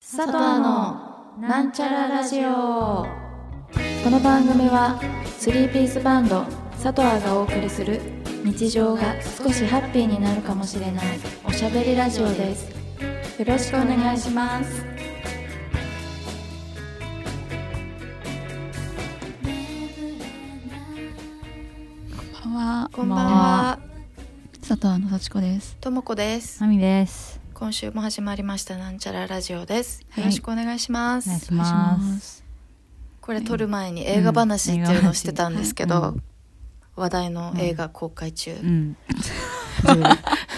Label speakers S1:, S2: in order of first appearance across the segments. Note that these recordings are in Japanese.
S1: 佐藤のなんちゃらラジオこの番組はスリーピースバンド佐藤がお送りする日常が少しハッピーになるかもしれないおしゃべりラジオですよろしくお願いします
S2: こんばんは。
S3: こんばんは、
S2: 佐藤の幸子です。
S3: ともこです。
S4: ま みです。
S3: 今週も始まりましたなんちゃらラジオです。
S2: はい
S3: よろしくお願いします。
S4: お願いし
S2: お願いし
S4: ま。
S2: ますす。
S3: これ撮る前に映画話っていうのをしてたんですけど、
S4: うん映画話
S3: 話題の映画公開中、
S4: うん。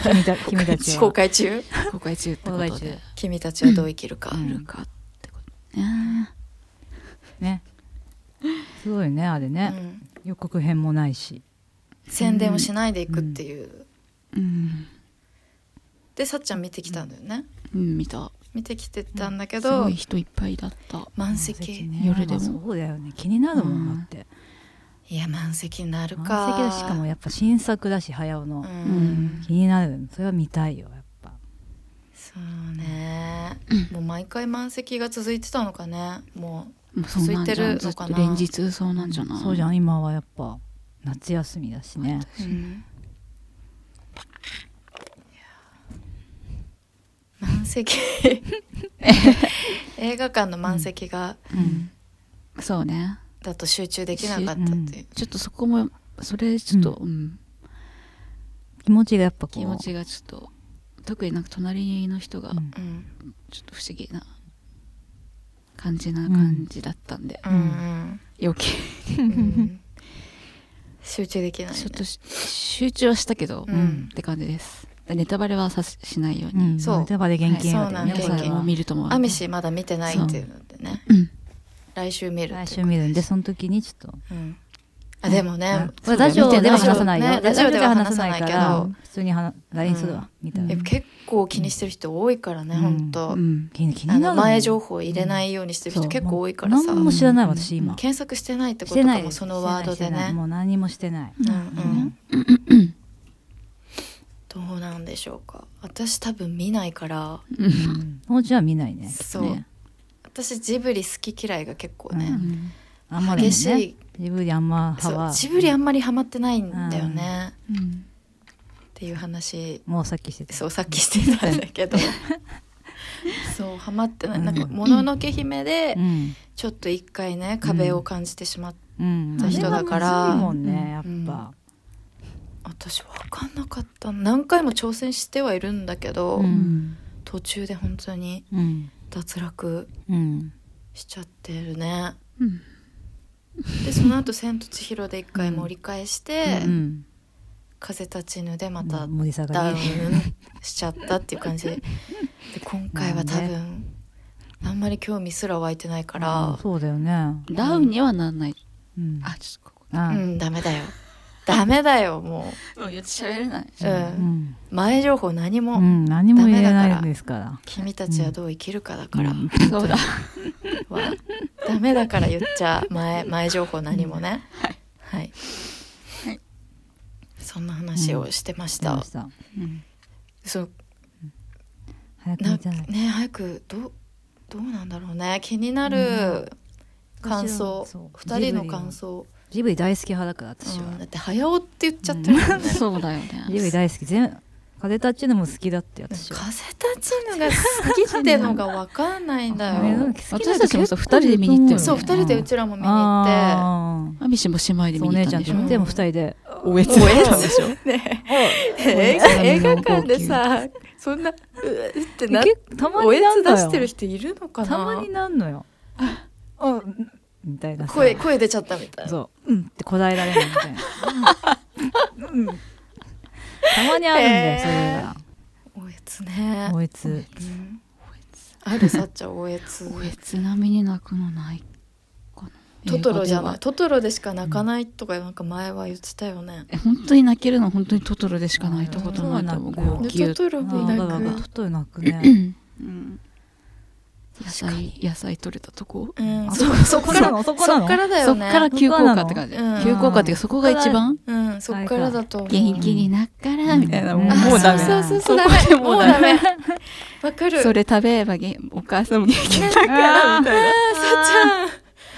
S4: 君た君たち
S3: 公
S4: は。
S3: 開中、
S2: 公開中ってこと
S4: 公開
S2: で
S4: 中。
S3: 君たちはどう生きるか。
S4: うん
S2: やるかってこと。ね
S4: ね。すごいねあれ
S3: う
S4: ね、
S3: ん
S4: 予告編もないし。
S3: 宣伝をしないでいくっていう。
S2: うん。
S3: でさっちゃん見てきたんだよね。
S2: うん、見た。
S3: 見てきてたんだけ
S2: す
S3: ど、
S2: ごい人いっぱいだった。
S3: 満席。
S4: ね
S2: 夜でも
S4: そうだよね。気になるもんだって。
S3: いや満席になるか。
S4: 満席だししかもやっぱ新作だし早尾の、
S3: うん、
S2: ん
S4: 気になる。それは見たいよやっぱ。
S3: そうね。もう毎回満席が続いてたのかね。も
S2: もうそうなんじゃん。ず
S3: 続
S2: っ
S3: いてるのか
S2: と
S3: な
S2: 連日そうなんじゃない。
S4: そうじゃ
S2: ん。
S4: ん今はやっぱ夏休みだしね。
S3: う。うん満席映画館の満席が、
S4: うん。
S2: そうね。
S3: だと集中できなかったっていう、
S2: ちょっとそこも、それちょっと、うん。
S4: 気持ちがやっぱこう。
S2: 気持ちがちょっと。特になんか隣の人が
S4: うん
S3: うん
S2: ちょっと不思議な感じな感じだったんで、
S3: うん
S2: 余計
S3: うんうん、集中できない、ね
S2: ちょっとし集中はしたけど、
S3: うん
S2: って感じですネタバレはさししないよ
S4: う
S2: うに、
S4: ん。
S3: そう
S4: ネタバレ厳禁
S3: は
S4: だ
S3: いそう
S4: よ
S3: なん厳
S4: ね。
S2: 皆
S3: 禁
S4: こ
S2: さん
S4: れ
S2: も
S4: は
S2: 見ると思う
S3: アミシまだ見てないっていうのでね
S2: うん
S3: 来週見る
S4: 来週見るんでその時にちょっと。
S3: うん、あでもね、
S4: これラジオでは話さないよ、
S3: ねラジオでは話さないけど、
S4: 普通にはな LINE するわ、みたい
S3: や
S4: な
S3: っぱ結構気にしてる人多いからね、
S4: うん
S3: ほんと、
S2: うん
S4: 気に気に
S3: あの
S4: なる
S3: 前情報入れないようにしてる人結構多いからさ、
S4: 何も知らない私
S2: うん
S4: 今
S3: 検索してないってこ
S4: し
S3: と
S4: て
S3: か
S4: ない
S3: もそのワードで
S4: してない
S3: ね
S4: もう何もしてない
S3: うんう
S4: うん
S3: んどうなんでしょうか私多分見ないから
S2: うん
S4: もうちは見ないね
S3: そう
S4: ね
S3: 私ジブリ好き嫌いが結構ね、
S4: あんまだもんね
S3: 激しい、
S4: ジブリあんま
S3: そう
S4: 派は
S3: ジブリあんまりハマってないんだよね、
S2: うん
S3: っていう話
S4: もうさっきしてた
S3: そうさっきしてたんだけど そうハマってない、
S4: うん
S3: なんか「もののけ姫」で
S4: うん
S3: ちょっと一回ね壁を感じてしまって、
S4: うん
S3: た人だから
S4: あれがむずいもんねやっぱ
S3: 私分かんなかった何回も挑戦してはいるんだけど、
S4: う
S2: うんん
S3: 途中で本当に
S4: うん
S3: 脱落
S4: うん
S3: しちゃってるね
S2: うん
S3: でその後千と千尋」で一回盛り返して「
S4: うん
S3: 風立ちぬ」でまた
S4: 盛り下が
S3: ダウン
S4: り
S3: しちゃったっていう感じで今回は多分あんまり興味すら湧いてないか
S4: うん
S3: ら
S4: そうだよね
S2: ダウンにはならない、
S4: うん
S2: あちょっとこ
S3: う
S4: あ
S3: んダメだよダメだよも、
S2: こもう喋れな いう
S4: う
S3: うん、
S4: ん
S3: 前情報何
S4: う
S3: も
S4: ん何も言えないですから
S3: 君たちはどう生きるかだから
S4: うん
S2: そうだ
S3: はダメだから言っちゃ前前情報何もねはい
S2: はい
S3: そんな話をしてまし
S4: 出
S3: た
S4: ました
S2: うん
S3: そう
S4: 早く
S3: な
S4: 見たい
S3: ね早くどうどうなんだろうね気になる感想、
S4: そう
S3: 二人の感想、
S4: ジブリ大好き派だから私
S3: うん
S4: は
S3: だ、って早尾って言っちゃってるもんね、
S2: そうだよ
S4: ジブリ
S2: ね
S4: 大好き全風立ちぬも好きだって私 は
S3: 風立ちぬが好きってのがわかんないん だ
S4: あれなん
S3: よ
S4: か好きな人
S2: 私たちもそう二人で見に行ったよね
S3: そう二人でうちらも見に行って
S4: あー
S2: アミシも姉妹で
S4: そ
S2: 見
S4: うお
S2: に行
S4: 姉
S2: っ
S4: ち
S2: た
S4: ゃ
S2: ん
S4: んと
S2: でしょ
S4: 見ても二人で
S2: おえつ
S3: おえつね映画映画館でさそんなううってな
S4: 結構たま
S3: お
S4: に
S3: え
S4: な
S3: つ
S4: んだ
S3: 出
S4: よ
S3: してる人いるのかな
S4: たまになんのようんみたいなさ
S3: 声声出ちゃったみたいな
S4: そううんってこらえられないみたい なうんうんたまにあるんだよそれが
S3: おえつね
S4: おえつ
S3: うんあるさっちゃんおえつ
S2: おえつなみに泣くのないかな
S3: トトロじゃない
S2: 映画では
S3: トトロでしか泣かないとかなんか前は言ってたよね、
S2: え本当に泣けるのは本当にトトロでしか泣いたことないと思
S4: うん
S2: う
S4: トトロは
S2: 号
S3: でトトロも
S4: 泣あー
S2: 泣
S4: だ
S3: 泣
S4: から
S3: く
S4: トトロ泣くね
S2: 野菜野菜取れたとこ
S3: うん、
S4: あ
S3: そ
S4: そそこからのそこな
S3: そっ
S4: の
S3: からだ
S2: そ
S3: よ
S2: っ
S3: ね
S2: から急降下って感じ、
S3: そっからうん
S2: 急降下っていうかそこが一番
S3: うんそっからだと思う
S2: 元気になっからみたいな、
S4: うん
S2: もう
S4: あ
S2: もうダメ
S3: そうそうそうそう
S2: こ
S3: ダ
S2: こで
S3: メ
S2: も
S3: も
S2: う
S3: う
S2: ダ
S3: ダ
S2: メ
S3: メわかる
S2: それ食べればげんお母さんも元気にな る
S4: あ ー
S3: さっちゃん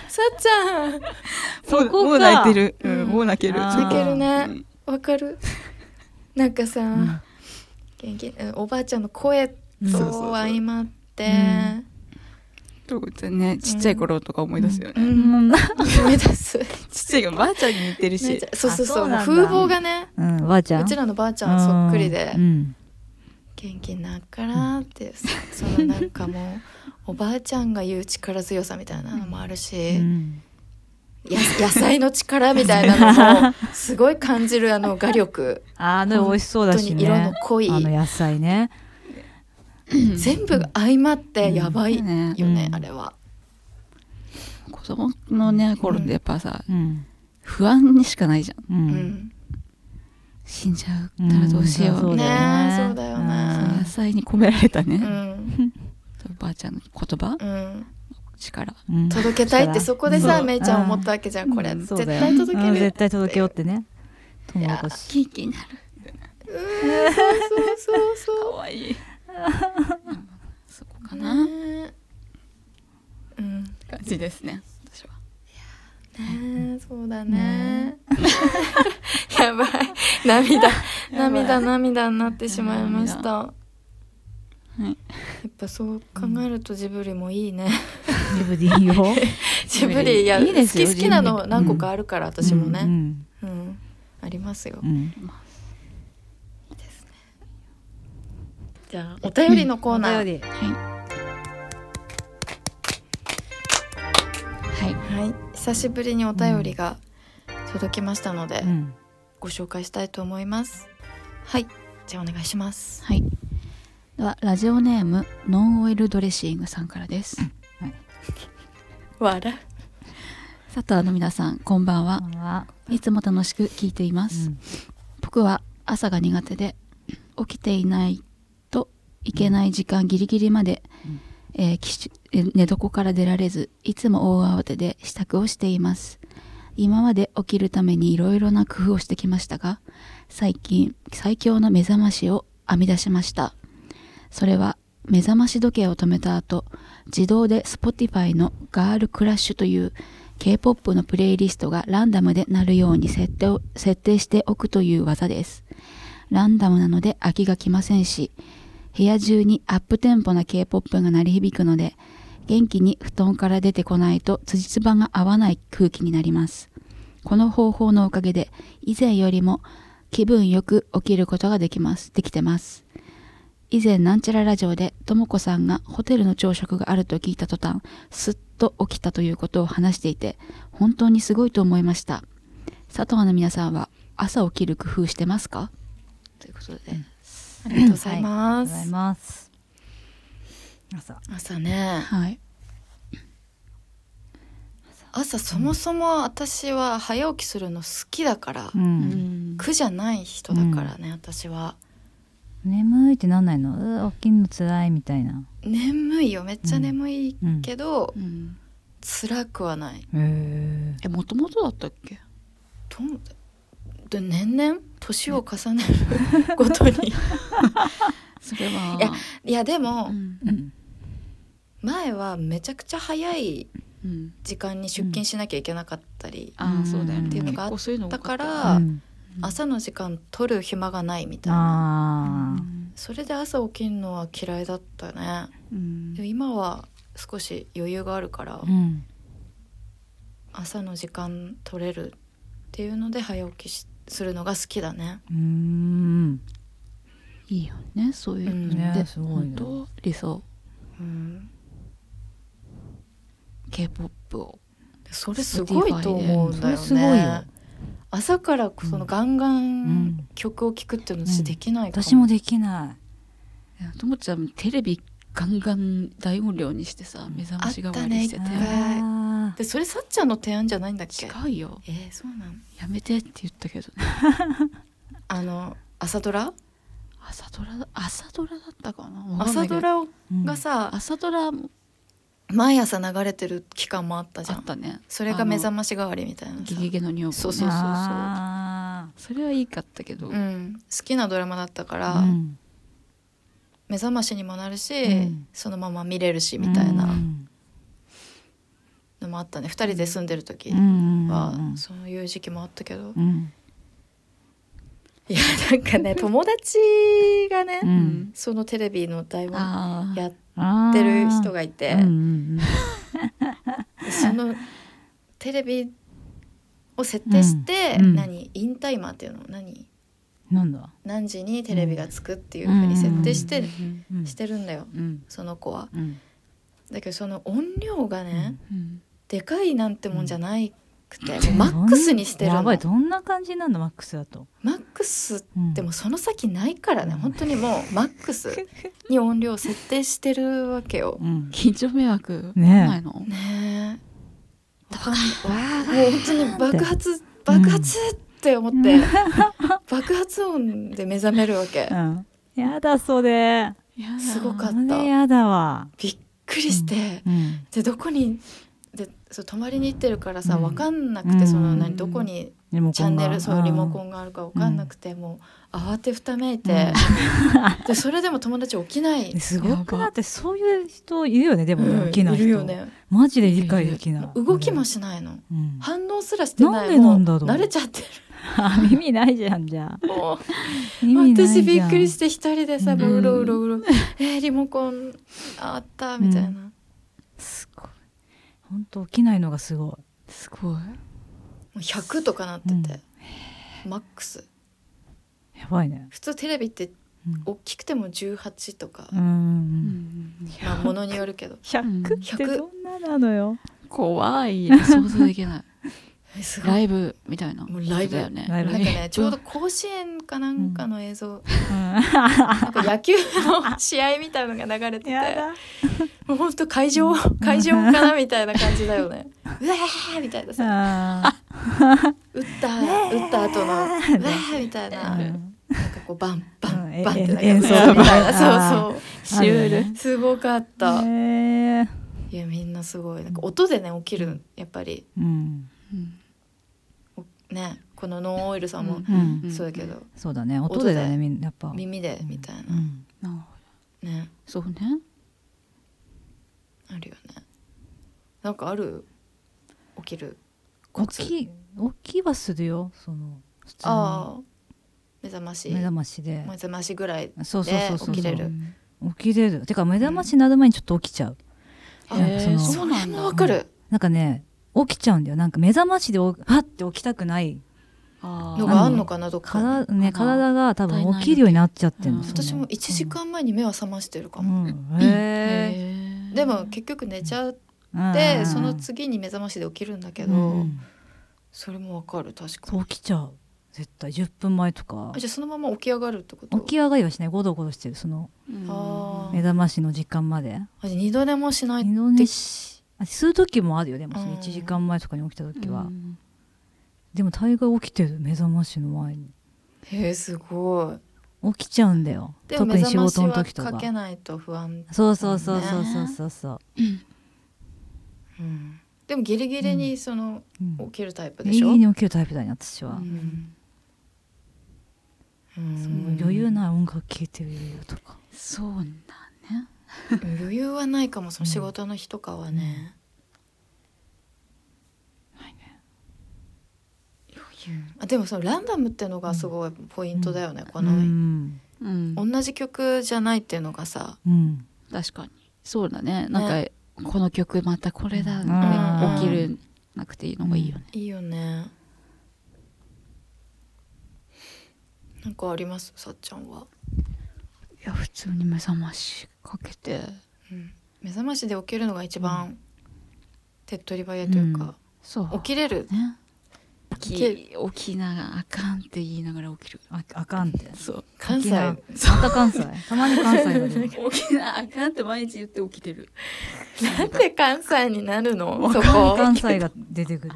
S3: さっち
S2: もう
S4: こか
S2: もう泣いてる、う
S3: うん
S2: ん、もう泣ける
S4: あ
S3: ゃん
S4: ー
S3: 泣ける
S2: う
S3: ね
S2: ん
S3: わかるなんかさ、
S4: うん
S3: 元気うんおばあちゃんの声と
S4: うん
S2: そうそう
S3: 相まって
S2: そうですねちっちゃい頃とか思い出すよね、
S3: う
S4: うんん
S3: 思い出す
S2: ちっちゃいけどばあちゃんに似てる
S3: 泣い
S2: し
S3: ちゃうそうそう
S4: あ
S3: そ
S4: そううなんだ
S3: 風貌がね
S4: うん、ばあちゃん
S3: うちらのばあちゃんそっくりで
S4: うん
S3: 元気なっからってそそのなんかもうおばあちゃんが言う力強さみたいなのもある
S4: う
S3: し、
S4: ん
S3: や野菜の力みたいなのもすごい感じるあの画力
S4: あーでも美味しそうだし
S3: 本
S4: ね
S3: 当に色の濃い
S4: あの野菜ね
S3: 全部が相まってやばいよ
S2: ね
S3: ね、
S4: うん
S3: あれは。
S2: 子供のね頃ってやっぱさ、
S4: うん
S2: 不安にしかないじゃん
S4: う
S3: うんん、
S2: 死んじゃったらどうしよう、
S4: ん
S2: みたい
S3: ねえそうだよね
S2: な野菜に込められたね、
S3: う
S2: お
S3: ん
S2: ばあちゃんの言葉、
S3: うん、
S2: 力
S4: うん
S3: 届けたいってそこでさ
S4: そう
S3: めいちゃん思ったわけじゃんこれ
S4: うんそう
S3: 絶
S4: だよ
S3: 対届け
S4: うん
S3: る
S4: 絶対届けようってねトウモロコシ
S2: 元気になる
S3: そうそうそ
S2: かわいいそこか
S3: う
S2: な、っ
S3: ねえうん
S2: て感じですね私は
S3: ねえそうだねやばい 涙涙涙になってしまいましたや
S2: はい
S3: っぱそう考えるとジブリもいいね
S4: ジブリいいよ
S3: ジブリいや
S4: いいで
S3: 好
S4: すよ
S3: き好きな
S4: ジブ
S3: の
S4: リ
S3: 何個かあるから 私も
S4: う
S3: ね
S4: ん
S3: うんありますよ
S4: うんうん
S3: じゃあお便りのコーナー
S4: お便り
S2: はい
S3: はい、久しぶりにお便りが届きましたので、
S4: うん
S3: ご紹介したいと思います。はい、じゃあお願いします。
S2: はいではラジオネームノンオイルドレッシングさんからです
S3: わら。
S2: 佐藤の皆さんこんばんは
S4: こんばんはい
S2: つも楽しく聞いています、
S4: うん
S2: 僕は朝が苦手で起きていないといけない時間ギリギリまで、
S4: うん
S2: えーきしえー寝床から出られずいつも大慌てで支度をしています今まで起きるためにいろいろな工夫をしてきましたが最近最強の目覚ましを編み出しましたそれは目覚まし時計を止めた後自動で Spotify のガールクラッシュという K-POP のプレイリストがランダムで鳴るように設定を設定しておくという技ですランダムなので飽きがきませんし部屋中にアップテンポな K-POP が鳴り響くので元気に布団から出てこないと辻褄が合わない空気になりますこの方法のおかげで以前よりも気分よく起きることができますできてます以前なんちゃらラジオでともこさんがホテルの朝食があると聞いた途端すっと起きたということを話していて本当にすごいと思いました佐藤の皆さんは朝起きる工夫してますかということで、
S3: ありがとうござい
S4: あ
S3: ま
S4: りがとうござい
S3: す。
S4: ます朝
S3: 朝ね、
S2: はい
S3: 朝そもそも私は早起きするの好きだから、
S4: うん
S3: 苦じゃない人だからね、私は。
S4: 眠いってなんないのうー起きんの辛いみたいな
S3: 眠いよ、めっちゃ眠い
S4: うん
S3: けど、
S2: うん
S3: 辛くはない。
S4: へえ
S2: えもともとだったっけ
S3: どんで年々年を重ねるごと に
S2: それはい
S3: やいやでも、
S2: うん
S4: うん
S3: 前はめちゃくちゃ早い
S2: うん
S3: 時間に出勤しなきゃいけなかったり、
S2: あ
S4: う
S2: あ
S4: ん
S2: そうだよね
S4: っていうの
S3: があ
S2: 結構そういうの多った
S3: か
S2: よね
S3: ら
S4: うん
S3: 朝の時間取る暇がないみたいな
S4: あー
S3: それで朝起きるのは嫌いだったね
S2: うん
S3: でも今は少し余裕があるから、
S4: うん
S3: 朝の時間取れるっていうので早起きしするのが好きだね
S4: うーん
S2: いいよねそういうの
S4: うん
S2: っ
S4: ね
S2: て
S4: すごい
S2: 本
S4: な
S2: 当理想
S3: うん
S2: K-POP を
S3: それすごいと思うんだよね
S4: Spotify でそれすごいよ
S3: 朝からそのガンガ
S4: うん
S3: ン曲を聴くっていうの私できないかも、
S4: 私もできない
S2: いやともちゃんテレビガンガン大音量にしてさ目覚まし代わりし
S3: あ
S2: てて
S3: ったね
S4: あー
S3: でそれさっちゃんの提案じゃないんだっけ
S2: 近いよ
S3: えー、そうなの
S2: やめてって言ったけどね
S3: あの朝ドラ
S2: 朝ドラだ朝ドラだったかなわかんな
S3: 朝
S2: いけど
S3: ドラ
S4: うん
S3: がさ、
S2: 朝ドラ
S3: 毎朝流れてる期間もあったじ
S2: あ
S3: ゃ
S2: っ
S3: ん
S2: たね
S3: それが目覚まし代わりみたいなさ
S2: ゲゲゲの女房、ね、
S3: そうそうそう
S4: あ
S2: それはいいかったけど、
S3: うん、好きなドラマだったから、
S4: ーうん
S3: 目覚ましにもなるし、
S4: うん
S3: そのまま見れるしみたいな
S4: うん
S3: のもあったね、二2人で住んでる時
S4: うんうんうん
S3: は、そういう時期もあったけど、
S4: うん
S3: いやなんか ね友達がね、
S4: うん
S2: うん
S3: そのテレビの台本
S2: ああ
S3: やっ
S4: あー
S3: てる人がいて、
S4: うんうん
S3: そ のテレビを設定して、
S4: うんうん
S3: 何インタイマーっていうの何
S4: うんなんだ
S3: 何時にテレビがつくっていうふうに設定して、
S4: うん
S3: してるんだよ
S4: うん
S3: その子は。
S4: うん
S3: だけどその音量がね、
S2: うん
S3: でかいなんてもんじゃないくて、も
S4: え
S3: うマックスにしてる
S4: どんや
S3: の
S4: ばいどんな感じなのマックスだと、
S3: マックス
S4: うん
S3: でもその先ないからね本当にもうマックスに音量設定してるわけよ。
S4: うん
S2: 緊張迷惑
S4: ねえ
S2: ないの、
S3: ねえわかんもう本当に爆発
S4: うん
S3: 爆発って思って、爆発音で目覚めるわけ
S4: うんやだそれ
S2: やだ
S3: すごかっ
S4: そ
S3: た
S4: れやだわ、
S3: びっくりして、
S4: うん
S3: でどこにでそう泊まりに行ってるからさ
S4: うん
S3: わかんなく
S4: う
S3: て、
S4: ん
S3: その何どこに
S4: リモコンが
S3: チャンネルそうリモコ
S4: うん
S3: ンがあるかわかんなくて、もう慌てふためいて、でそれでも友達起きない
S4: え。すごくなってそういう人いるよねでもね、
S3: うん
S4: 起きない人
S3: るよね
S4: マジで理解できない
S3: 動きもしないの、
S4: うん、
S3: 反応すらしてない
S4: なんでなんだろう
S3: も慣れちゃって
S4: あ耳ないじゃんじゃあ
S3: るもう
S4: 意味ないじゃん
S3: 私びっくりして一人でさ、
S4: うん
S3: もううろうろうろ「えー、リモコンあった」みたいな、
S4: うもすごい本当起きないのがすごい
S2: すごい、
S3: う100とかなってて、マックス
S4: やばいね
S3: 普通テレビって
S4: うん
S3: 大きくても18とか、
S4: うんうん
S3: まあものによるけど
S4: 100って
S3: 100
S4: どんななのよ
S2: 怖い想像できない
S3: え すごい
S2: ライブみたいな
S3: もうライブ
S2: だよね
S4: ライブ
S3: なんかねちょうど甲子園かなんかの映像、なんか野球の試合みたいのが流れてて
S4: や だ
S3: もうほんと会場会場かなみたいな感じだよね うわーみたいなさ
S4: あ
S3: 打った打った後のうわーみたいな、
S4: ー
S3: なんかこうバンバ
S4: うん
S3: ン
S4: え
S3: バンってなんか
S4: 演奏
S3: みたい
S4: みたい
S3: な
S4: な
S3: そうそう
S2: シュール
S3: すごかった、
S4: へー
S3: いやみんなすごいなんか音でね起きるやっぱり
S4: うん
S2: うん
S3: ねこのノンオイルさんも
S4: うん
S2: ん
S3: そうだけど、
S4: そうだね音でだ
S3: 音
S4: ね
S3: で
S4: みんなやっぱ
S3: 耳でみたいな、
S4: うん
S2: なるほど
S3: ね
S2: そうね
S3: あるよねなんかある起きる
S4: 大きい大きいはするよその普通に
S3: ああ目覚まし
S4: 目
S3: 目
S4: 覚ましで
S3: 覚ましぐらい
S4: そうそうそうそう
S3: で起きれる
S4: 起きれるてか目覚ましになる前にちょっと起きちゃう
S3: あ
S4: へーその
S3: それもわかる
S4: なんかね起きちゃうんだよなんか目覚ましでおはって起きたくない
S2: あー
S3: のがあんのかなどっ
S4: か
S3: かに
S4: らね
S2: かな
S4: 体が多分起きるようになっちゃってるの
S2: うん
S4: その
S3: 私も1時間前に目は覚ましてるか
S4: う
S3: も、
S4: んへ
S2: へー
S3: でも結局寝ちゃっ
S4: ー
S3: て、
S4: うん
S3: その次に目覚ましで起きるんだけど、
S4: うん
S3: それもわかる確か
S4: そう
S3: に
S4: 起きちゃう絶対10分前とか
S3: あじゃあそのまま起き上がるってこと
S4: 起き上がりはしないゴロゴロしてるその
S2: うん
S3: あ
S4: 目覚ましの時間まで
S3: あ二度寝もしない
S4: 二度寝しあする時もあるよでもその
S3: うん
S4: 1時間前とかに起きた時は、
S2: うん
S4: でも大概起きてる目覚ましの前に
S3: へえすごい
S4: 起きちゃうんだよ
S3: でも目
S4: 特に
S3: 覚
S4: 仕
S3: まし
S4: 事の
S3: は
S4: 時とか
S3: かけないと不安、
S4: そうそうそうそうそうそうそう、
S3: うん、でもギリギリにその、
S4: うん
S3: 起きるタイプで
S4: ギリ
S3: しょ
S4: ギリに起きるタイプだね私は、
S3: うんう
S4: そ
S3: ん
S4: う余裕ない音楽聴いてる余裕とか
S2: そうなんね
S3: 余裕はないかもその仕事の日とかはね、ないねあでもそのランダムってのがすごいポイントだよね、こ
S4: う
S3: の、
S4: ん、
S2: うん
S3: 同じ曲じゃないっていうのがさ
S4: うん、
S2: 確かにそうだねなんか、この曲またこれだ、
S4: うん
S2: で起きるなくていいのがいいよね、
S3: いいよねなんかありますさっちゃんは、
S2: いや普通に目覚ましかけて
S3: うん、目覚ましで起きるのが一番手っ取り早いというか、
S2: そう
S3: 起きれる
S2: ね
S3: 起
S2: 起
S3: き
S2: き起きながらあかんって言いながら起きる
S4: ああかんって
S2: そう
S3: 関西
S4: 沖縄ま た関西たまに関西が出る
S2: 起きなあかんって毎日言って起きてる
S3: なんで関西になるのそこ
S4: 関西が出てくる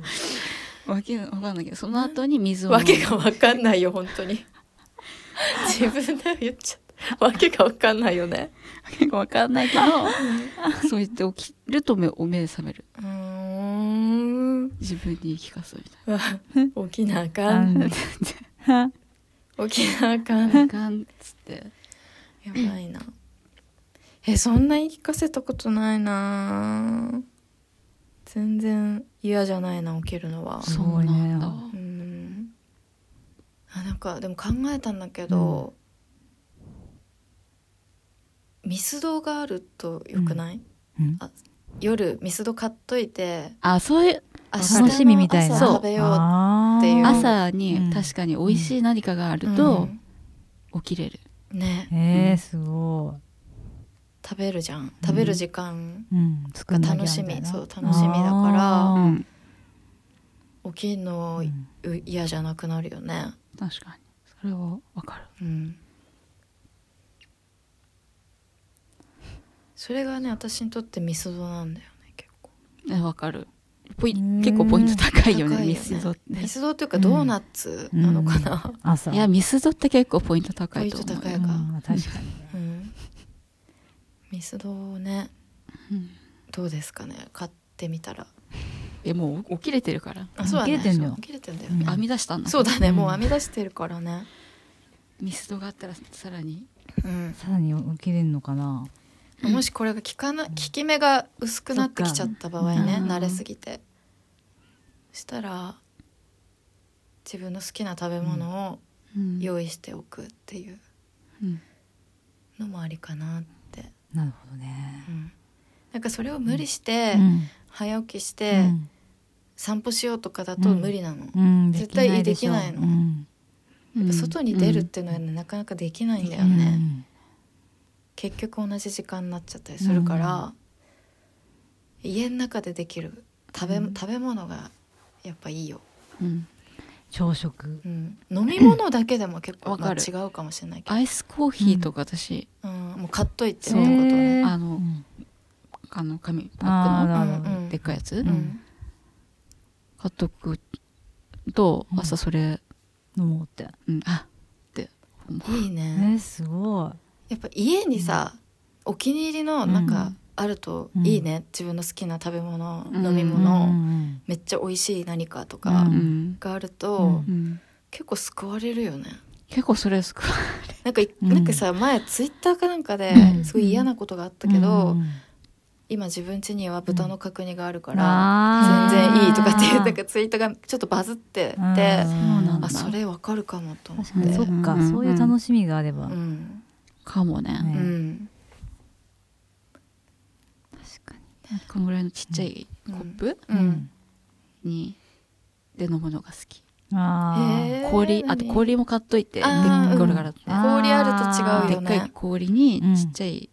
S2: わけわかんないけどその後に水を飲
S3: わ
S2: む
S3: けがわかんないよ本当に自分で言っちゃっわけがわかんないよね。
S2: 結構 わかんないけど、そう言って起きると目お目覚める。
S3: うーん。
S2: 自分に言い聞かすみたいう
S3: わ 起きなあか。
S4: うんん
S3: 起きなあかん。
S2: な。
S3: や
S2: あかんっつって。
S3: ばいな。え、そんな言い聞かせたことないな全然嫌じゃないな、起きるのは。
S4: す
S2: そう
S4: ごいね
S2: なんだ。
S3: うんあなんかでも考えたんだけど、ミスドがあるとよくない、
S4: うん
S3: 夜ミスド買っといて
S2: あ、そういう、
S3: 明
S2: 楽
S4: しみみたいな
S3: 朝食べようっていう
S4: あー
S2: 朝
S4: う
S2: に
S4: ん
S2: 確かに美味しい何かがある
S3: う
S2: と
S3: ん
S2: 起きれる。
S3: ね
S4: えー、すご
S3: 食べるじゃん食べる時間
S4: い、うん、作んなきゃみたいな
S3: 楽しみそう楽しみだから
S2: う
S3: う
S4: あ
S2: ん。
S3: 起きるの
S4: ー
S3: う嫌じゃなくなるよね
S2: 確かに。それはわかる。
S3: うんそれがね私にとってミスドなんだよね結構
S2: え、わかる。ポイ
S4: うーん
S2: 結構ポイント高いよ
S3: 高いよね
S2: ね、ミスドって。
S3: ミスドっていうかドーナツ
S4: うん
S3: なのかな、
S4: 朝
S2: いや、ミスドって結構ポイント高いと思う。
S3: ポイント高
S4: う
S3: い
S4: ん
S3: か
S4: 確かに
S3: うんミスドをね
S2: うん
S3: どうですかね買ってみたら
S2: え、もう起きれてるから。
S3: あそうだね
S4: 切れてんのよ
S3: そう切れてんだよ
S4: う
S3: ね
S4: ん、
S2: 編み出したんだ。
S3: そうだね、
S4: うん
S3: もう編み出してるからね
S2: ミスドがあったらさらに。
S3: うん、
S4: さらに起きれるのかな
S3: もしこれが効かな効き目が薄くなってきちゃった場合ね
S2: そっか
S3: 慣れすぎてそしたら自分の好きな食べ物を
S2: うん
S3: 用意しておくっていう
S2: うん
S3: のもありかなって、
S4: なるほどね
S3: うん、なんかそれを無理して
S4: うん
S3: 早起きして散歩しようとかだと無理なの、
S4: うんうん
S3: 絶対でき
S4: ょ
S3: ないの
S4: うん
S2: やっぱ
S3: 外に出るっていうのはね、なかなかできないんだよね、結局同じ時間になっちゃったりするから、家の中でできる食べ,、食べ物がやっぱいいよ、
S2: うん
S4: 朝食
S3: うん、飲み物だけでも結構、
S2: わ
S3: まあ、
S2: かる
S3: 違うかもしれないけど、
S2: アイスコーヒーとか私、
S3: うん、もう買っといてって
S2: そう
S3: ことね、
S4: へー
S2: あの
S4: うん
S2: あの紙パ
S4: あー
S2: ッ
S4: なる
S3: う
S4: ほ
S3: んうん
S4: ど
S2: クのでっかいやつ、
S3: う
S4: うんん
S2: 買っとくと
S4: うん
S2: 朝それ、
S4: 飲もうって
S2: うん、あ
S3: いい
S4: え
S3: ね
S4: ーすご
S3: やっぱ家にさ、お気に入りのなん
S4: う
S3: か
S4: ん
S3: あるといいね、自分の好きな食べ物、飲み
S4: い
S3: 物、
S4: うん
S3: めっちゃ美味しい何かとか
S2: う
S4: うん
S2: ん、
S3: があると、
S4: うん
S2: うん、
S3: 結構救われるよね
S2: 結構それすごい
S3: なんかい、
S4: うん
S3: なんかさ前ツイッターかなんかで
S4: うん
S3: すごい嫌なことがあったけど、
S4: うん
S3: 今自分家には豚の角煮があるから、
S4: あー
S3: 全然いいとかっていうなんかツイートがちょっとバズってて、
S4: うん
S3: あ
S2: うなんだ
S3: それわかるかもと思って
S4: 確かにそっか、
S2: うん
S4: そういう楽しみがあれば、
S3: うん
S2: かもね
S3: う
S4: ね
S3: ん
S2: 確かにこのぐらいのちっちゃいコップ
S3: うん、
S2: にで飲むのが好き、
S4: あー
S3: へー
S2: 氷あと
S3: 何
S2: 氷も買っといてで
S3: あ
S4: ー
S2: ゴロゴロって
S4: あ
S3: 氷あると違う
S2: で
S3: よ
S2: っかい
S3: ね
S2: 氷に
S4: うん
S2: ちっちゃい、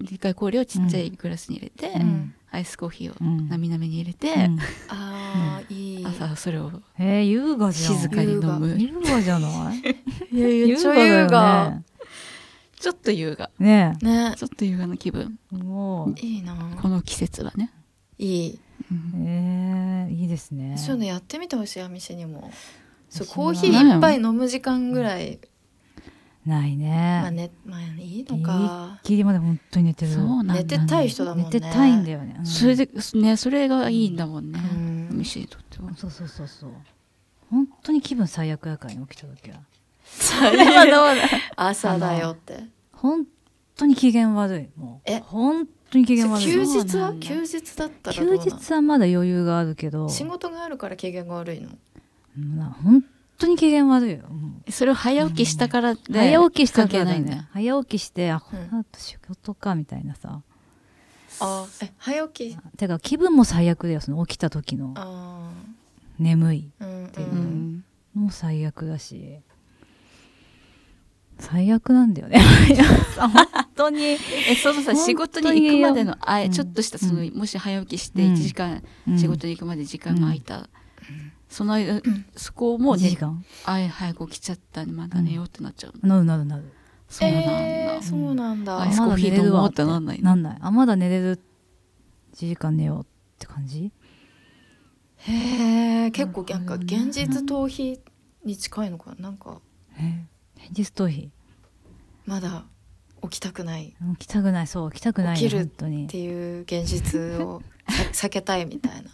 S2: でっかい氷をちっちゃいグラスに入れて、
S4: うん
S2: アイスコーヒー
S4: う
S2: を
S4: ん
S2: なみなみに入れて、
S4: うん
S3: あーいい
S2: 朝それを
S4: えー、優雅じゃん
S2: 静かに飲む
S4: 優雅じゃない
S3: いや
S4: 優
S3: ちょ
S4: 雅
S3: い
S4: だ
S3: 優
S4: よ
S3: 雅
S4: ね
S2: ちょっと優雅
S4: ね
S3: ね
S2: ちょっと優雅な気分
S4: えもう
S3: いいな
S2: この季節はね、
S3: いい
S2: うん
S4: えー、いいですね
S3: そういうのやってみてほしいあみしにもそう
S4: 私は
S3: コーヒー一杯飲む時間ぐらい、
S4: ないね、
S3: まあねまあいいのか
S4: ギリまで本当に寝てる
S2: そうなんだ、ね、
S3: 寝てたい人だもんね
S4: 寝てたいんだよね、うん
S2: それでねそれがいいんだもんね
S3: う、ん
S2: ミシにとっては
S4: そうそうそうそう本当に気分最悪やからね起きた時は
S3: それはどうだ朝だよって
S4: 本当に機嫌悪いもう
S3: え
S4: 本当に機嫌悪い
S3: 休日
S2: そうな
S3: は
S2: んだ
S3: 休日だったらどう
S4: 休
S3: なの
S4: 日はまだ余裕があるけど
S3: 仕事があるから機嫌が悪いの
S4: うんな本当に機嫌悪いよも
S2: それを早起きしたからで
S4: う早起きしたか
S2: 関係
S4: ら
S2: な
S4: だ
S2: いんだよ
S4: ね早起きしてあこ
S3: うん
S4: の後仕事かみたいなさ、
S3: あえ早起き
S4: てか気分も最悪だよその起きた時の
S3: あ
S4: 眠い
S3: ーうんう
S2: うんん
S4: のも最悪だし最悪なんだよね本当に
S2: えその
S4: 本当
S2: さ
S4: に
S2: 仕事に行くまでのあ
S4: うん
S2: ちょっとしたその、
S4: うん
S2: もし早起きして
S4: うん
S2: 1時間、仕事に行くまで時間が空いた、その間、そこをも
S4: も
S2: う
S4: う
S2: ね
S4: 時間
S2: あい早く起きちゃったまだ寝ようってなっちゃうの、
S4: なるなるなる
S2: そうなんだ、
S3: えーそうなんだ
S2: アイスコーヒー飲もうってなんないの
S4: なんないあまだ寝れる1時間寝ようって感じ
S3: へえ結構なんか現実逃避に近いのかななんか
S4: えー現実逃避
S3: まだ起きたくない
S4: もう来たくないそう来たくない
S3: 起
S4: よ
S3: きる
S4: 本当に
S3: っていう現実をさ避けたいみたいな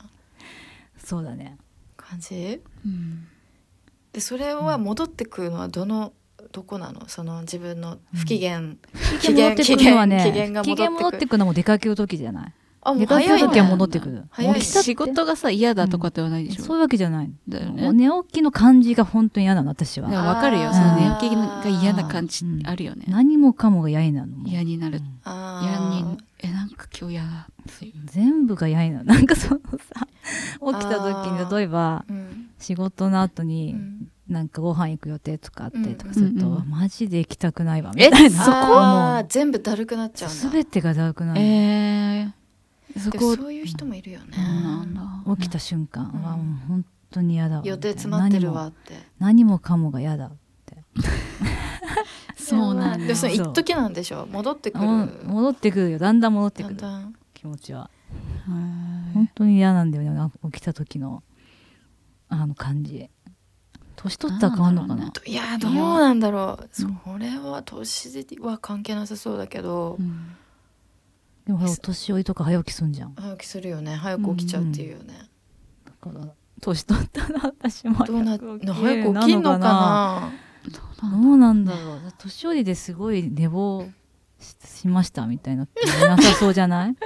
S4: そうだね
S3: 感じ
S2: うん
S3: でそれは戻ってくるのはどのどこなのその自分の不機嫌、
S4: 機嫌戻ってくるのはね
S3: 機嫌が
S4: 機嫌戻
S3: 戻
S4: っ
S3: ってて
S4: く
S3: くる
S4: るのも出かける時じゃない
S3: あも
S4: 出
S3: う
S4: かけ
S3: 早
S4: る
S3: い
S4: 時
S3: ね
S4: は戻ってくる
S3: 早いね
S4: 起きた
S2: 仕事がさ嫌だとかではないでしょ、
S4: そういうわけじゃない
S2: だよ
S4: もう
S2: ね
S4: 寝起きの感じが本当に嫌なの私
S2: だから
S4: は
S2: わかる
S3: あ
S2: よ
S3: ー
S2: その寝起きが嫌な感じ
S4: うん
S2: あるよね、
S4: 何もかもが嫌になるのもう
S2: 嫌になる
S4: うん
S3: あ
S2: 嫌
S3: ー
S2: にえなんか今日嫌だっていう
S4: 全部が嫌になるなんかその さ起きた時
S3: あ
S4: に
S3: ー
S4: 例えば
S3: うん
S4: 仕事の後
S3: う
S4: に
S3: ん
S4: なんかご飯行く予定とかあってと
S3: う
S4: か
S3: ん
S4: すると、
S2: うんうん
S4: マジで行きたくないわみ
S2: え
S4: たい
S2: そこ
S4: な
S3: あー全部だるくなっちゃうんだ
S4: すべてがだるくなる、
S2: えー、そ
S3: で
S2: こ
S3: もそういう人もいるよね、
S2: そうなんだ
S4: 起きた瞬間
S3: うん
S4: はもう本当に嫌だわ
S3: 予定詰まってるわって
S4: 何も何もかもが嫌だ
S2: そうなんだ
S3: でもその
S4: そう
S3: 一時なんでしょ戻ってくる
S4: も戻ってくるよだんだん戻って
S3: だ
S4: く
S3: ん
S4: る
S3: だん
S4: 気持ちは
S2: は
S4: 本当に嫌なんだよねな起きた時のあの感じ年取ったら変わるのかな
S2: なんだ
S3: いやどうなんだろう、それは年は関係なさそうだけど
S2: い、うん
S4: でもほらお年寄りとか早起きすんじゃんだ
S3: 早起きするよね早く起きちゃうっていうよね、
S4: から年取ったら私も
S3: どうな
S4: 早く起きれる
S3: 早く起きんのかな
S4: どうなんだろう年寄りですごい寝坊ししましたみたいななさそうじ ゃない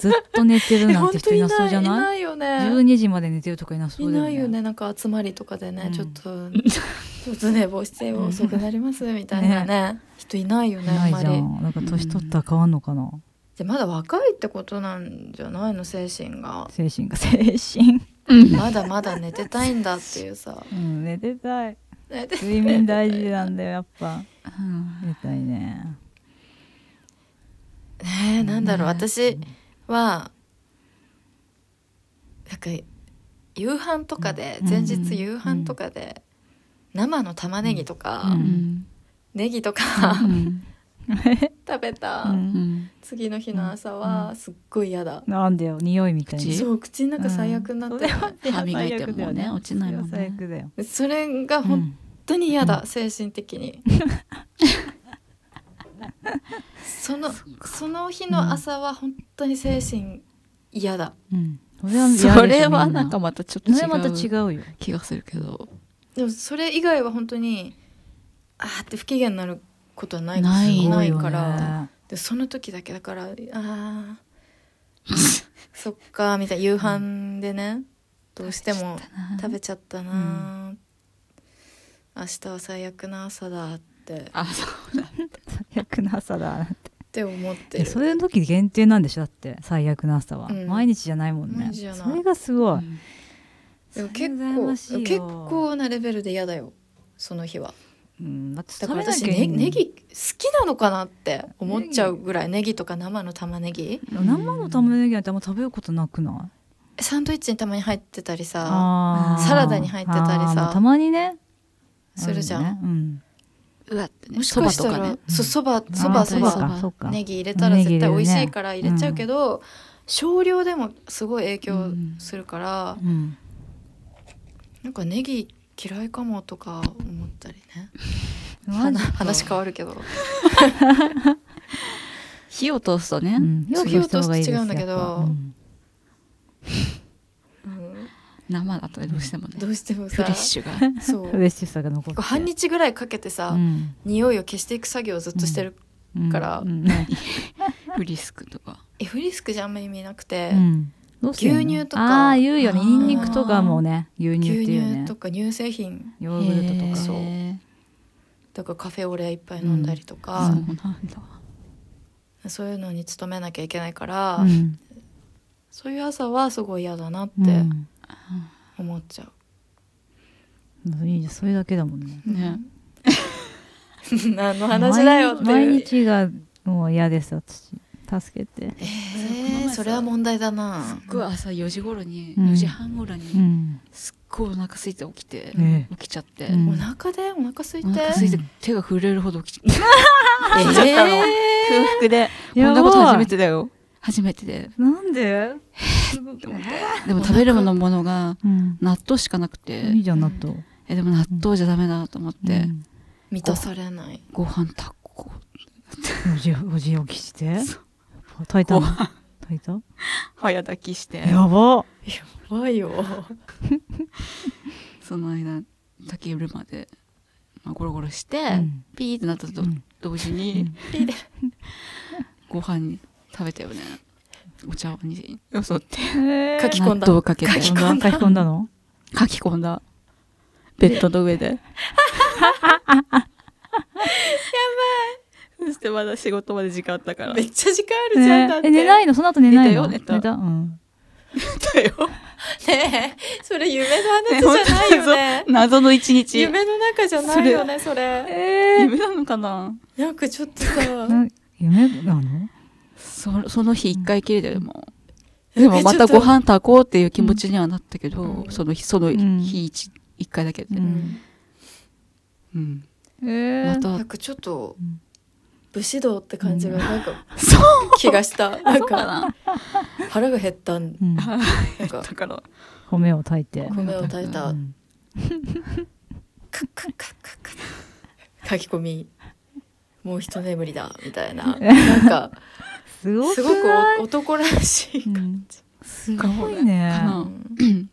S4: ずっと寝てる
S3: え
S4: なん
S3: 本
S4: て
S3: 当
S4: 人い
S3: い
S4: な
S3: な
S4: そう
S3: い
S4: じゃ
S3: い
S4: ない
S3: ないよね
S4: 12時まで寝てるとかいなそ
S3: いう
S4: だよ
S3: な
S4: ね
S3: いよねなんか集まりとかでね、
S4: うん
S3: ちょっとちょっと寝坊して遅くなりますみたいなね人いないよ
S4: い
S3: ねあ
S4: なんい
S3: ま
S4: じ
S3: り
S4: ゃんなんか年取ったら変わんのかな、
S3: でまだ若いってことなんじゃないの精神が
S4: 精神が精神、
S3: まだまだ寝てたいんだっていうさ
S4: うん、寝てたい
S3: 寝て
S4: 睡眠大事なんだよやっぱ
S2: うん
S4: 寝たいね
S3: ねえなんだろう私はなんか夕飯とかで
S4: うん
S3: 前日夕飯とかで生の玉ねぎとか、
S4: う
S2: うんん
S3: ネギとか
S2: うん
S3: 食べた、
S4: うん
S2: うん
S3: 次の日の朝はすっごい嫌だ、
S4: なんだよ匂いみたい
S2: 口
S4: な
S3: そう口の中最悪になってる、
S2: 歯磨いてもね落ちないもんね
S4: 最悪だよ、
S3: それが
S4: う
S3: 本
S4: ん
S3: 当に嫌だ、精神的にそのその日の朝は本当に精神嫌だ
S4: うん
S2: それはなんか
S4: も
S2: またちょっと
S4: そ
S2: 違
S4: れまた違
S2: う
S4: うよ
S2: 気がするけど
S3: でもそれ以外は本当にあーって不機嫌になることはない
S2: ない
S3: すご
S2: な
S3: ないから、でその時だけだからあー そっかみたいな夕飯でね、どうしても食べちゃったなー、明日は最悪な朝だって
S2: あそう
S4: 最悪な朝だ
S3: って思って
S4: え
S3: る
S4: それの時限定なんでしょだって最悪な朝は、
S3: うん
S4: 毎日じゃないもんね
S3: 毎日じゃない
S4: それがすごい、
S3: でも
S4: それ羨ま
S3: 結
S4: しい
S3: 構
S4: よ
S3: 結構なレベルで嫌だよその日は
S4: うん、だって
S3: だから
S4: 食べ
S3: 私
S4: なきゃい
S3: ね
S4: いの
S3: ネギ好きなのかなって思っちゃうぐらいネギとか生の玉ねぎ
S4: 生の玉ねぎなんてあんま食べることなくない
S3: サンドイッチにたまに入ってたりさ
S4: あー
S3: サラダに入ってたりさ
S4: あーまあたまにね
S3: するじゃん
S4: あよねうん
S2: うわってね
S3: もしかした
S2: そばとからね
S3: そうそばそ
S4: あー
S3: ば
S4: そ
S3: そ
S4: ば
S3: ば
S4: かそうか
S3: ネギ入れたら
S4: ネギ入
S3: 絶
S4: れ
S3: 対
S4: るね
S3: 美味しいから入れちゃうけど少量でもすごい影響するから
S4: うん
S3: なんかネギ嫌いかもとか思ったりね
S4: マジ
S3: 話 話変わるけど
S2: 火を通すとね、
S4: うん
S3: そう
S4: 火を通した方がいいです
S3: 火を通すと違うんだけど
S4: やっぱうん
S3: うん
S2: 生だとどうしてもね
S3: どうしても
S2: フ
S3: さ
S2: レッシュが
S3: そ
S4: フ
S3: う
S4: レッシュさが残って
S3: 半日ぐらいかけてさ
S4: うん
S3: 匂いを消していく作業をずっとしてる
S4: うん
S3: から
S4: うん
S2: フリスクとか
S3: エフリスクじゃあんまり意味なくて
S4: うんどうしてんの
S3: 牛乳とか
S4: ああ言うよね
S2: あー
S4: ニンニクとかもね牛乳って
S3: 牛
S4: いうね
S3: 乳とか乳製品
S4: ヨーグルトとか
S2: そう
S3: だからカフェオレいっぱい飲んだりと
S2: そう
S3: か
S2: なんだ
S3: そういうのに勤めなきゃいけないから
S4: うん
S3: そういう朝はすごい嫌だなって
S4: うん
S3: 思っちゃう。
S4: いいじゃんそれだけだもんね
S2: ね
S3: 何の話だよって
S4: 毎
S3: いう。
S4: 日がもう嫌です私助けて
S3: えー、それは問題だな。
S2: 僕は朝4時頃に、
S4: うん
S2: 4時半頃に、
S4: うん
S2: すっごいお腹空いて起きて、
S4: ええ
S2: 起きちゃって、
S4: うん
S3: お腹でお腹空いて。
S2: お腹空いて手が 震えるほど起きて、
S3: え
S2: ちゃったの
S3: ー
S2: 空腹でこん
S4: やばい
S2: なこと初めてだよ初めてで
S4: なんで、
S2: でも食べるものものが
S4: うん、
S2: 納豆しかなくて、
S4: いいじゃん納豆
S2: えでも納豆じゃダメだと思って、
S4: うん
S3: 満たされない。
S2: ご飯炊こう
S4: おじおじおきして炊いたの炊いた
S2: 早抱きして
S4: やば
S3: 怖いよ
S2: その間竹入るまで、まあ、ゴロゴロして、
S4: うん
S2: ピーってなったと
S4: うん
S2: 同時に、
S4: うん
S3: ピーで
S2: ご飯に食べたよねお茶碗によそって
S4: え
S3: 書き込んだ
S2: 納豆をかけて
S3: 書き
S4: 書き
S2: 書
S4: 込んだ書き込んだの
S2: き込んだベッドの上でやばいそしてまだ仕事まで時間あったから
S3: めっちゃ時間あるじゃん、
S4: ね
S3: だって
S4: え寝ないのその後寝ないの
S2: 寝たよ寝た
S4: うん
S2: だ よ
S3: ねえそれ夢の話じゃないよね
S2: 謎の一日
S3: 夢の中じゃないよねそれ
S4: え
S2: 夢なのかな
S3: なんかちょっとさ
S4: 夢なの
S2: そその日一回きりだよ、もう。
S3: うん
S2: でもま
S3: ちょ
S2: た
S3: っと
S2: ご飯炊こうっていう気持ちにはなったけど、
S3: うん
S2: その日、その
S4: うん
S2: 日一、一回だけで、
S4: う
S2: うん
S3: ん
S4: え
S2: ま
S3: なん
S2: た、
S3: かちょっと
S4: ん
S3: 武士道って感じがなんか
S2: そう
S3: 気がした、なん
S2: か
S3: か
S2: な。
S3: 腹が減ったん
S4: うん
S3: なんか
S2: だから、
S4: 米を炊いて
S3: 米を炊いた
S4: うん
S3: カッカッカッカッカッ書き込みもう一眠りだみたいななんか
S4: すご
S3: す
S4: く
S3: ごく
S4: ない
S3: お男らしい感じ、
S4: すごいね
S2: か
S3: う
S2: なうん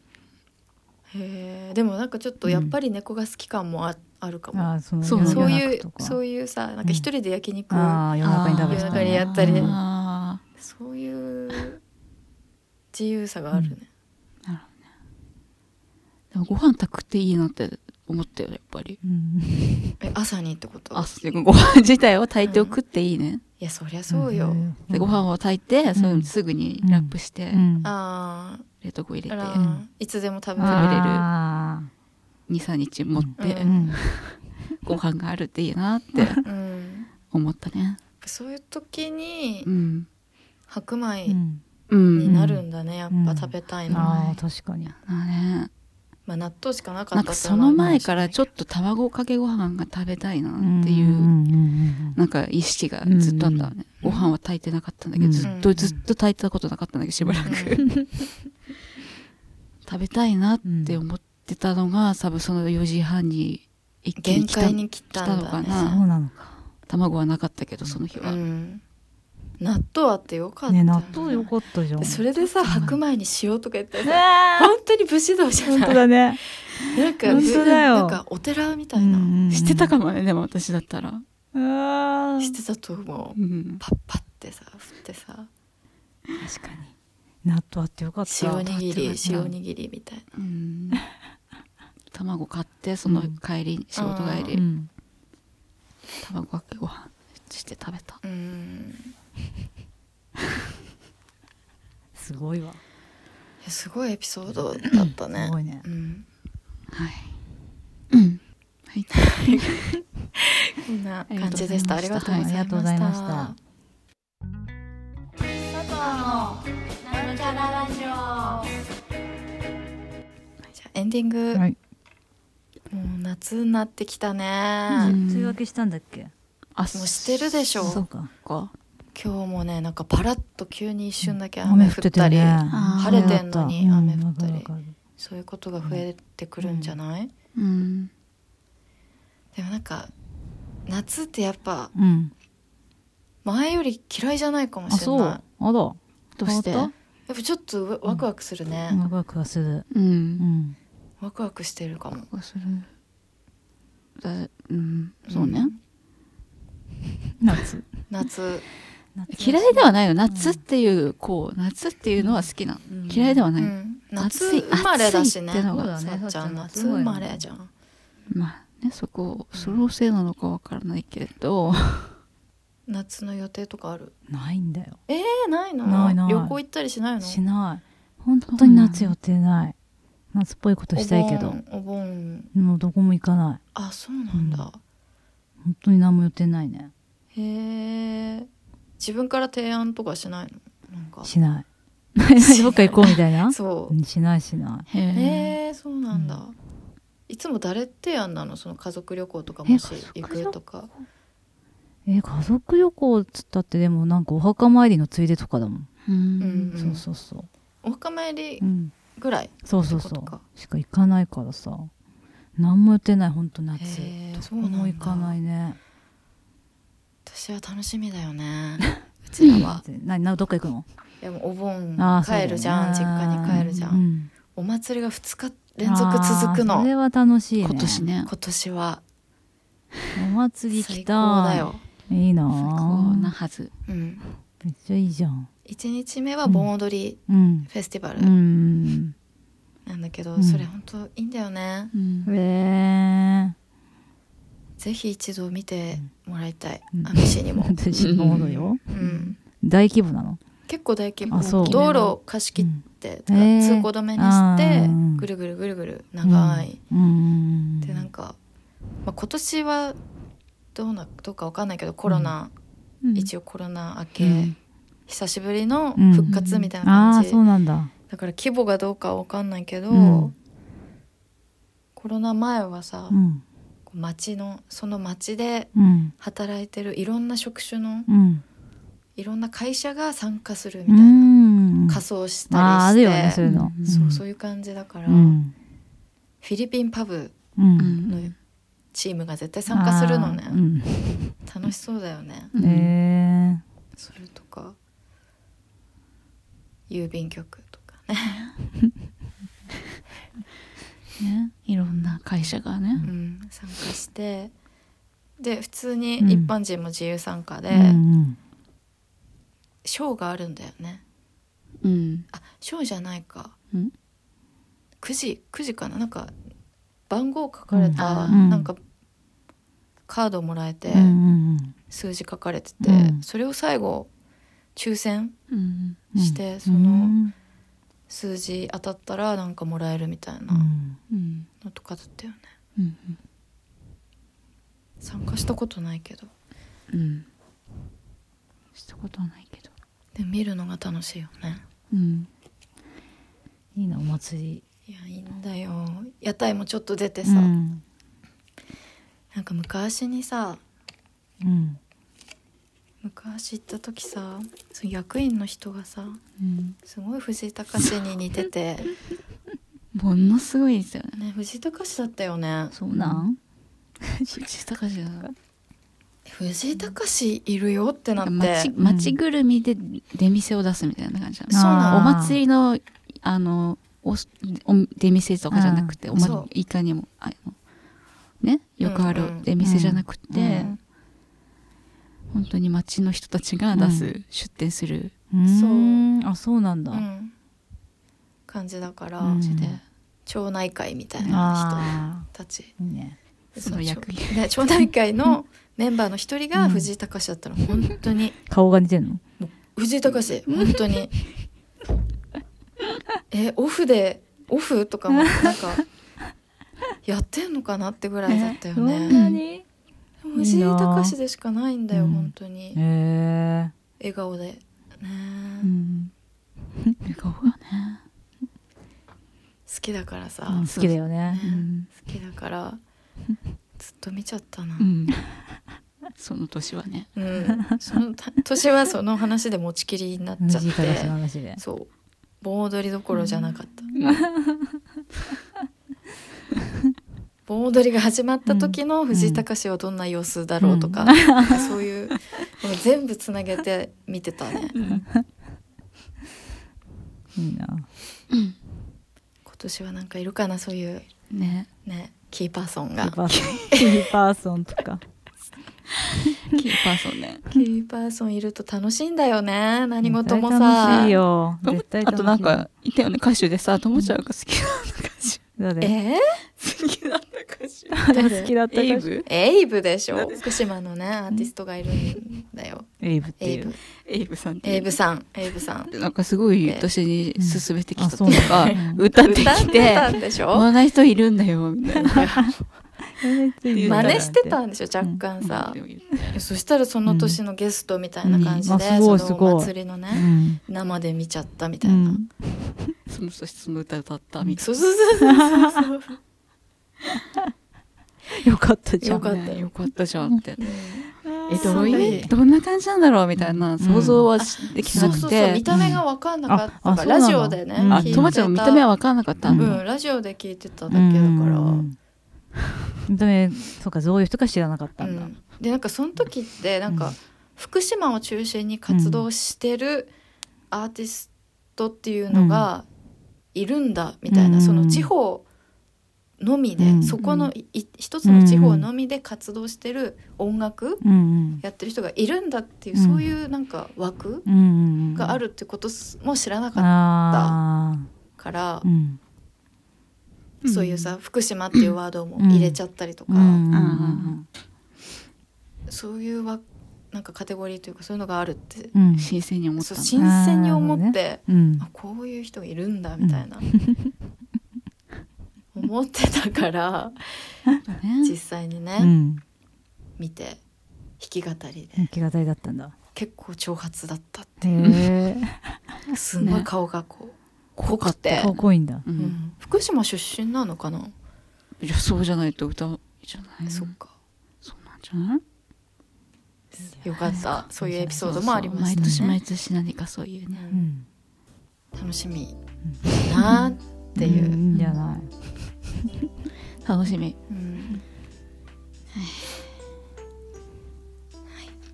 S3: へえでもなんかちょっとやっぱり猫が好き感もあ,、あるかも
S4: あーその
S2: そ
S3: そう
S4: 夜夜
S2: う
S3: いう
S4: 中とか
S3: そういうさなんか一人で焼肉、
S4: あー夜中に食べてた
S3: 夜中にやったりね
S4: うん
S2: あ
S3: そういう自由さがあるね、
S2: ーでもご飯炊くっていいなって思ったよね、やっぱり。
S3: え朝にってこと
S2: あ、そうご飯自体を炊いておくっていいね。
S3: いやそりゃそうよ、
S2: でご飯を炊いて、それすぐにラップして、
S4: うん
S3: あ
S2: 冷凍庫入
S3: ー
S2: れ
S3: あ
S2: て、
S3: ら、
S4: ん
S3: いつでも食べれる
S4: あ
S2: 2、3日持って、
S4: ーうん
S2: ご飯があるっていいなって
S3: うん
S2: 思ったね。
S3: そういう時に
S2: うん。
S3: 白米
S4: うん
S2: うん。
S3: になるんだね、やっ
S4: うん
S3: ぱ食べたいの、
S4: あー確かに
S2: まあね、
S3: まあ納豆しかなか
S2: な
S3: っ
S2: ん
S3: た
S2: か
S3: って
S2: その前から
S3: ょ
S2: ちょっと卵かけご飯が食べたいな
S4: うん
S2: ってい
S4: うん
S2: う、
S4: うんうん
S2: なんか意識がずっとあったわね。
S3: うん
S2: ご飯は炊いてなかったんだけど、
S4: うん
S2: ずっと
S3: うん
S2: ずっと炊いてたことなかったんだけど、しばらく。食べたいなって思ってたのが、多分その4時半に一気
S3: 限
S2: に来た
S3: 界。に来たんだね
S2: 来たのか
S4: そうなのか
S2: 卵はなかったけど、その日
S3: う
S2: は。
S3: ん、納豆あってよかった
S4: ね
S3: よ
S4: 納豆よかったじゃん
S3: それでさ白米にしようとか言ったら
S4: ね
S3: さ本当に武士道じゃ
S4: 本
S3: な
S4: 当
S3: い
S4: だね
S3: なんか
S4: 本当だよ
S3: なんかお寺みたいな、
S2: してたかもね、でも私だったら。
S4: も
S3: してたと思う
S2: うん。
S3: パッパってさ振ってさ
S4: 確かに納豆あってよかった
S3: 塩おにぎり
S4: だって
S3: 塩おにぎりみたいな
S2: うん卵買って、その帰り、仕事帰
S4: う
S2: り、
S4: ん
S2: 卵かけご飯して食べた。
S3: うん
S4: すごい
S3: い
S4: わ
S3: やすごいエピソードだった
S4: す
S3: ね
S4: ごいね
S3: うん
S2: はい。うん。はい。
S3: こんな感じでした
S2: あ
S3: あ
S2: り
S3: り
S2: が
S3: が
S2: と
S3: と
S2: う
S3: う
S2: ございま
S3: ございま
S2: した
S3: した、
S4: はいあ
S1: 佐藤アのな
S4: りがとうございました
S1: んちゃらラジオ
S3: じゃあエンディング、
S4: はい
S3: もう夏になってきた
S4: 梅
S3: ね、
S4: 雨明けしたんだっけ
S2: あ、
S3: もうしてるでしょ
S4: そうか
S2: か。
S3: 今日もねなんかパラッと急に一瞬だけ雨
S4: 雨
S3: 降
S4: 降って
S3: った
S4: て
S3: り、
S4: ね
S2: 晴れ
S3: てんのに
S4: うん
S3: 雨降ったり
S4: わかるわかる
S3: そういうことが増えてくるんじゃない、
S2: うん。
S3: でもなんか夏ってやっぱ
S4: うん
S3: 前より嫌いじゃないかも
S4: あ
S3: しれ
S4: そ
S3: ないうや
S4: あらど
S2: どうして
S4: ワ
S3: っぱちょっとワワクワクするね、
S4: クワクはする
S2: う。
S4: うんん
S3: ワクワクしてるかも
S2: こうする。だ、うん。そうね。
S3: ん
S4: 夏
S3: 夏
S2: 嫌いではないの。夏っていう、こう、夏っていうのは好きな
S4: うん
S2: の。嫌いでは
S3: う
S2: ない。
S3: ん夏
S2: 暑い
S3: 生まれだしね
S2: 暑いっての
S4: が
S3: さっちゃ
S4: そうだね
S3: ん
S4: 夏
S3: 夏生まれじゃん
S2: まあね、そこ、そのせいなのかわからないけれど。
S3: 夏の予定とかある
S4: ないんだよ
S3: えー、ないの
S4: ないない
S3: 旅行行ったりしないの
S4: しない本当に夏予定ない夏っぽいことしたいけ
S3: お
S4: ど
S3: 盆お盆
S4: もうどこも行かない
S3: あそうなんだ、
S4: 本当に何も予定ないね
S3: へえ自分から提案とかしないのなんか
S4: しないどっか行こうみたいな
S3: そううん
S4: しないしない
S2: へえ。
S3: へえそうなんだ、いつも誰提案なのその家族旅行とか
S4: え
S3: もし
S4: 家族
S3: 行くとか
S4: え家族旅行っつったってでもなんかお墓参りのついでとかだもん、
S2: う
S3: うん
S2: ん。
S4: そうそうそう、
S3: お墓参り
S4: うん、
S3: ぐらい
S4: そうそう
S3: って
S4: そ
S3: ことか
S4: うしか行かないからさ何も予定ないほんと夏
S3: へえ
S4: ど
S3: そ
S4: こ
S3: うなんだ
S4: も行かないね
S3: 年は楽しみだよねうちらは
S4: ななどっか行くの
S3: いやもうお盆
S4: あーそうだよ
S3: 帰
S4: ね
S3: るじゃん、実家に帰るじゃん、
S4: うん
S3: お祭りが2日連続続く
S4: あーそ
S3: の
S4: れは楽しいね
S2: 今年ね
S3: 今年は
S4: お祭り来
S3: 最
S4: た
S3: 高だよ、
S4: いいな
S2: 最
S4: あ
S2: 高なはず
S3: うん、
S4: めっちゃいいじゃん
S3: 1日目は盆踊り
S4: うん
S3: フェスティバル
S4: うん
S3: なんだけど、
S4: うん
S3: それ本当いいんだよね、
S2: うん
S4: え
S3: ぜひ一度見てもらいたい、
S4: うん
S3: アミシに も、
S4: 私のものよ
S3: うん、
S4: 大規模なの
S3: 結構大規
S4: あそ
S3: 模
S4: う
S3: 道路を貸し切って、
S4: うんへー
S3: 通行止めにして
S4: あー
S3: ぐるぐるぐるぐる長い、
S4: うん
S3: でなんか、まあ、今年はどうなどうかわかんないけどコロナ、一応コロナ明け、
S2: うん
S3: 久しぶりの復活みたいな
S4: あ
S3: 感
S4: あ
S3: じ、
S4: そうなんだ
S3: だから規模がどうかわかんないけど、
S4: うん
S3: コロナ前はさ、
S4: うん
S3: こう街のその街で
S4: うん
S3: 働いてるいろんな職種の
S4: うん
S3: いろんな会社が参加するみた
S4: う
S3: いな、
S4: ん
S3: 仮装したりして
S4: あーあるよねそういうの
S2: うん
S3: そうそうういう感じだから、
S4: ん
S3: フィリピンパブ
S4: う
S2: うんん
S3: のチームが絶対参加するのね
S4: あー、うん
S3: 楽しそうだよね
S2: うん
S4: へ
S3: それとか郵便局とかね、
S2: ねいろんな会社が
S3: う
S2: ね
S3: ん、参加してで普通に
S4: うん
S3: 一般人も自由参加で、
S4: えうん
S3: ショーがあるんだよね
S2: うん
S3: あショーじゃないか
S2: うん
S3: 9時9時かななんか番号書かれた、
S2: うん
S3: なんかカードもらえて、
S4: うんうんうん
S3: 数字書かれてて、
S4: うん
S3: それを最後抽選
S2: うん
S4: うん
S3: して、その数字当たったらなんかもらえるみたい
S4: うんう
S3: なん
S2: うん
S3: のとかだったよね
S2: うん
S3: 参加したことないけど
S2: うんしたことはないけど
S3: でも見るのが楽しいよね
S2: うん
S4: いいなお祭り
S3: いやいいんだよ屋台もちょっと出てさ、
S4: うん
S3: なんか昔にさ
S4: うん
S3: 昔行った時さその役員の人がさ
S2: うん
S3: すごい藤井隆に似て て
S2: ものすごいですよね
S3: ね藤井隆だったよね
S4: そうなん
S2: 藤高じゃな
S3: 藤井隆いるよってなって
S2: 町
S4: ん
S2: 町ぐるみで出店を出すみたいな感じなの
S3: そうな
S4: あ
S3: の
S4: ー
S2: お祭りのあのおすお出店とかじゃなくて、
S4: う
S2: おま
S3: そう
S2: いかにもあのねよくある
S3: うんうん
S2: 出店じゃなくて、
S3: うん
S2: 本当に町の人たちが出す、
S4: う
S2: 出店する
S3: そう
S4: うんあそうなんだ
S3: うん、感じだから、
S4: うん
S2: 感じで、
S3: 町内会みたいな
S4: あ
S3: 人たち
S4: ーいいね
S2: その役員
S3: ね町内会のメンバーの一人
S4: う
S3: が
S4: ん
S3: 藤井隆だったの本当に
S4: 顔が似てんの
S3: 藤井隆本当にえオフでオフとかもなんかやってんのかなってぐらいだったよね
S2: な
S4: に
S3: 藤井隆でしかないんだよ
S4: うん
S3: 本当に
S4: へえ
S3: 笑顔でね
S2: うん、 顔がね、
S3: 好きだからさ、
S4: 好きだよね
S2: う
S3: うんん好きだからずっと見ちゃったな
S2: うん、その年はね
S3: うん、そのた年はその話で持ちきりになっちゃっ
S4: 藤井隆の
S3: て
S4: 話で
S3: そう盆踊りどころじゃなかった、盆踊りが始まった時の藤井隆はどんな様子だろうとか,、なんかそういうもう全部つなげて見てたね今
S4: いいな
S3: 年はなんかいるかなそういう
S2: ね
S3: ねキーパーソン
S4: キ
S3: が
S4: ーパーソンキーパーソンとか
S2: キーパーソンね
S3: キーパーソンいると楽しいんだよね何事も
S4: 絶対
S3: さ
S4: 楽しいよ絶対
S2: あ
S4: 楽しい
S2: となんかいたよね歌手でさ友ちゃんが好きな歌手
S4: 誰
S3: え
S2: 好きなんだ歌手
S3: 誰
S4: 好きだった
S2: エイ
S4: 歌手
S2: ブ
S3: エイブでしょ福島のねアーティストがいるんだよ
S4: エイブって
S3: エイ
S4: い
S3: ブ
S4: う
S2: エイブさんっていう
S3: エイブさんエイブさん
S2: なんかすごい私に勧めてきたと
S4: うんあそう
S2: か、
S4: なんだ
S2: 歌って
S3: 歌っ
S2: き
S3: て
S2: て
S3: たんでし
S2: 「こ
S3: ょ
S2: んな人いるんだよ」みたいな
S4: 真
S3: 真似してたんでしょ若干さ、そしたらその年のゲストみたいな感じで、
S4: うんあすごい
S3: その
S4: すごい
S3: お祭りのね、
S4: うん
S3: 生で見ちゃったみた
S4: う
S3: いな、
S4: ん
S2: そのそしてその歌歌ったみたい
S3: そうそうそうそうそう
S4: よかったじゃ
S3: よ
S4: ん
S3: かった
S2: な、
S3: よ
S2: よかったじゃんみたいなえどう
S3: そう
S2: い
S3: いう
S2: どんな感じなんだろうみたいな想像はしでき
S3: そ
S2: な
S3: う
S2: くて、
S3: そうそう見た目が分かんなかった
S4: うんああ
S3: か
S4: そう
S3: ら、
S4: なの
S3: ラジオでね、
S4: うん
S2: あ
S3: 聞いて
S2: 友ちゃんも見た目は分かんなかった、
S3: う
S4: 分
S3: んラジオで聞いてただけだから、
S4: うんだねそうかそういう人か知らなかった
S3: うん
S4: だ、
S3: ん、でなんかその時ってなん
S4: う
S3: か
S4: ん
S3: 福島を中心に活動してるアーティストっていうのがいるんだみたいな、
S4: うん
S3: その地方のみで、
S4: うん
S3: そこのいい一つの地方のみで活動してる音楽
S4: うんうん
S3: やってる人がいるんだっていう、
S4: うん
S3: そういうなんか枠
S4: うんうんうん
S3: があるってことすも知らなかっ
S4: あ
S3: たから
S4: ー、うん
S3: そういうさ福島っていうワードも入れちゃったりとか、
S4: うんうん
S3: そういうわなんかカテゴリーというかそういうのがあるって
S4: うんうん
S2: 新鮮に思っ
S3: そ
S2: た
S3: う
S2: の
S3: 新鮮に思って、
S4: うん
S3: あこういう人がいるんだみたいな、思ってたから実
S2: ね
S3: 際にね、
S4: うん
S3: 見て弾き語りで
S4: 弾き語りだったんだ
S3: 結構挑発だったって
S4: へえ
S3: すんごい顔がこう濃くて、
S4: かっこいいんだ
S2: う
S3: うんん福島出身なのかな、
S2: いやそうじゃないと歌うじゃない
S3: そっか
S2: そうなんじゃない
S3: よかったそういうエピソード
S2: そうそ
S3: も
S2: う
S3: ありましたね
S2: 毎年毎年何かそういうね
S3: う
S4: うんん
S3: 楽しみだなーっていう、
S4: んんじゃない
S2: 楽しみ
S3: うん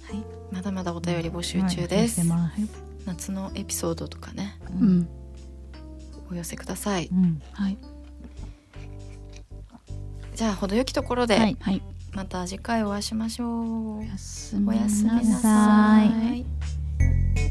S3: はい、まだまだお便り募集中です、
S4: はい待ってま
S3: 夏のエピソードとかね
S2: う
S4: うん
S3: お寄せください
S4: うん
S2: はい
S3: じゃあ程よきところで、
S2: はいはい
S3: また次回お会いしましょう
S2: おやすみ
S3: おやすみ
S2: な
S3: な
S2: さい
S3: さ
S4: おやすみなさ
S3: い